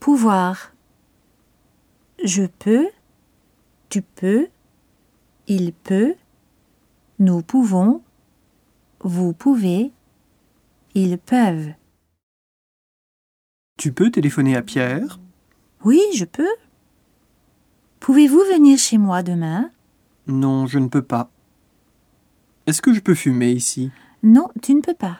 Pouvoir. Je peux, tu peux, il peut, nous pouvons, vous pouvez, ils peuvent. Tu peux téléphoner à Pierre Oui, je peux. Pouvez-vous venir chez moi demain Non, je ne peux pas. Est-ce que je peux fumer ici Non, tu ne peux pas.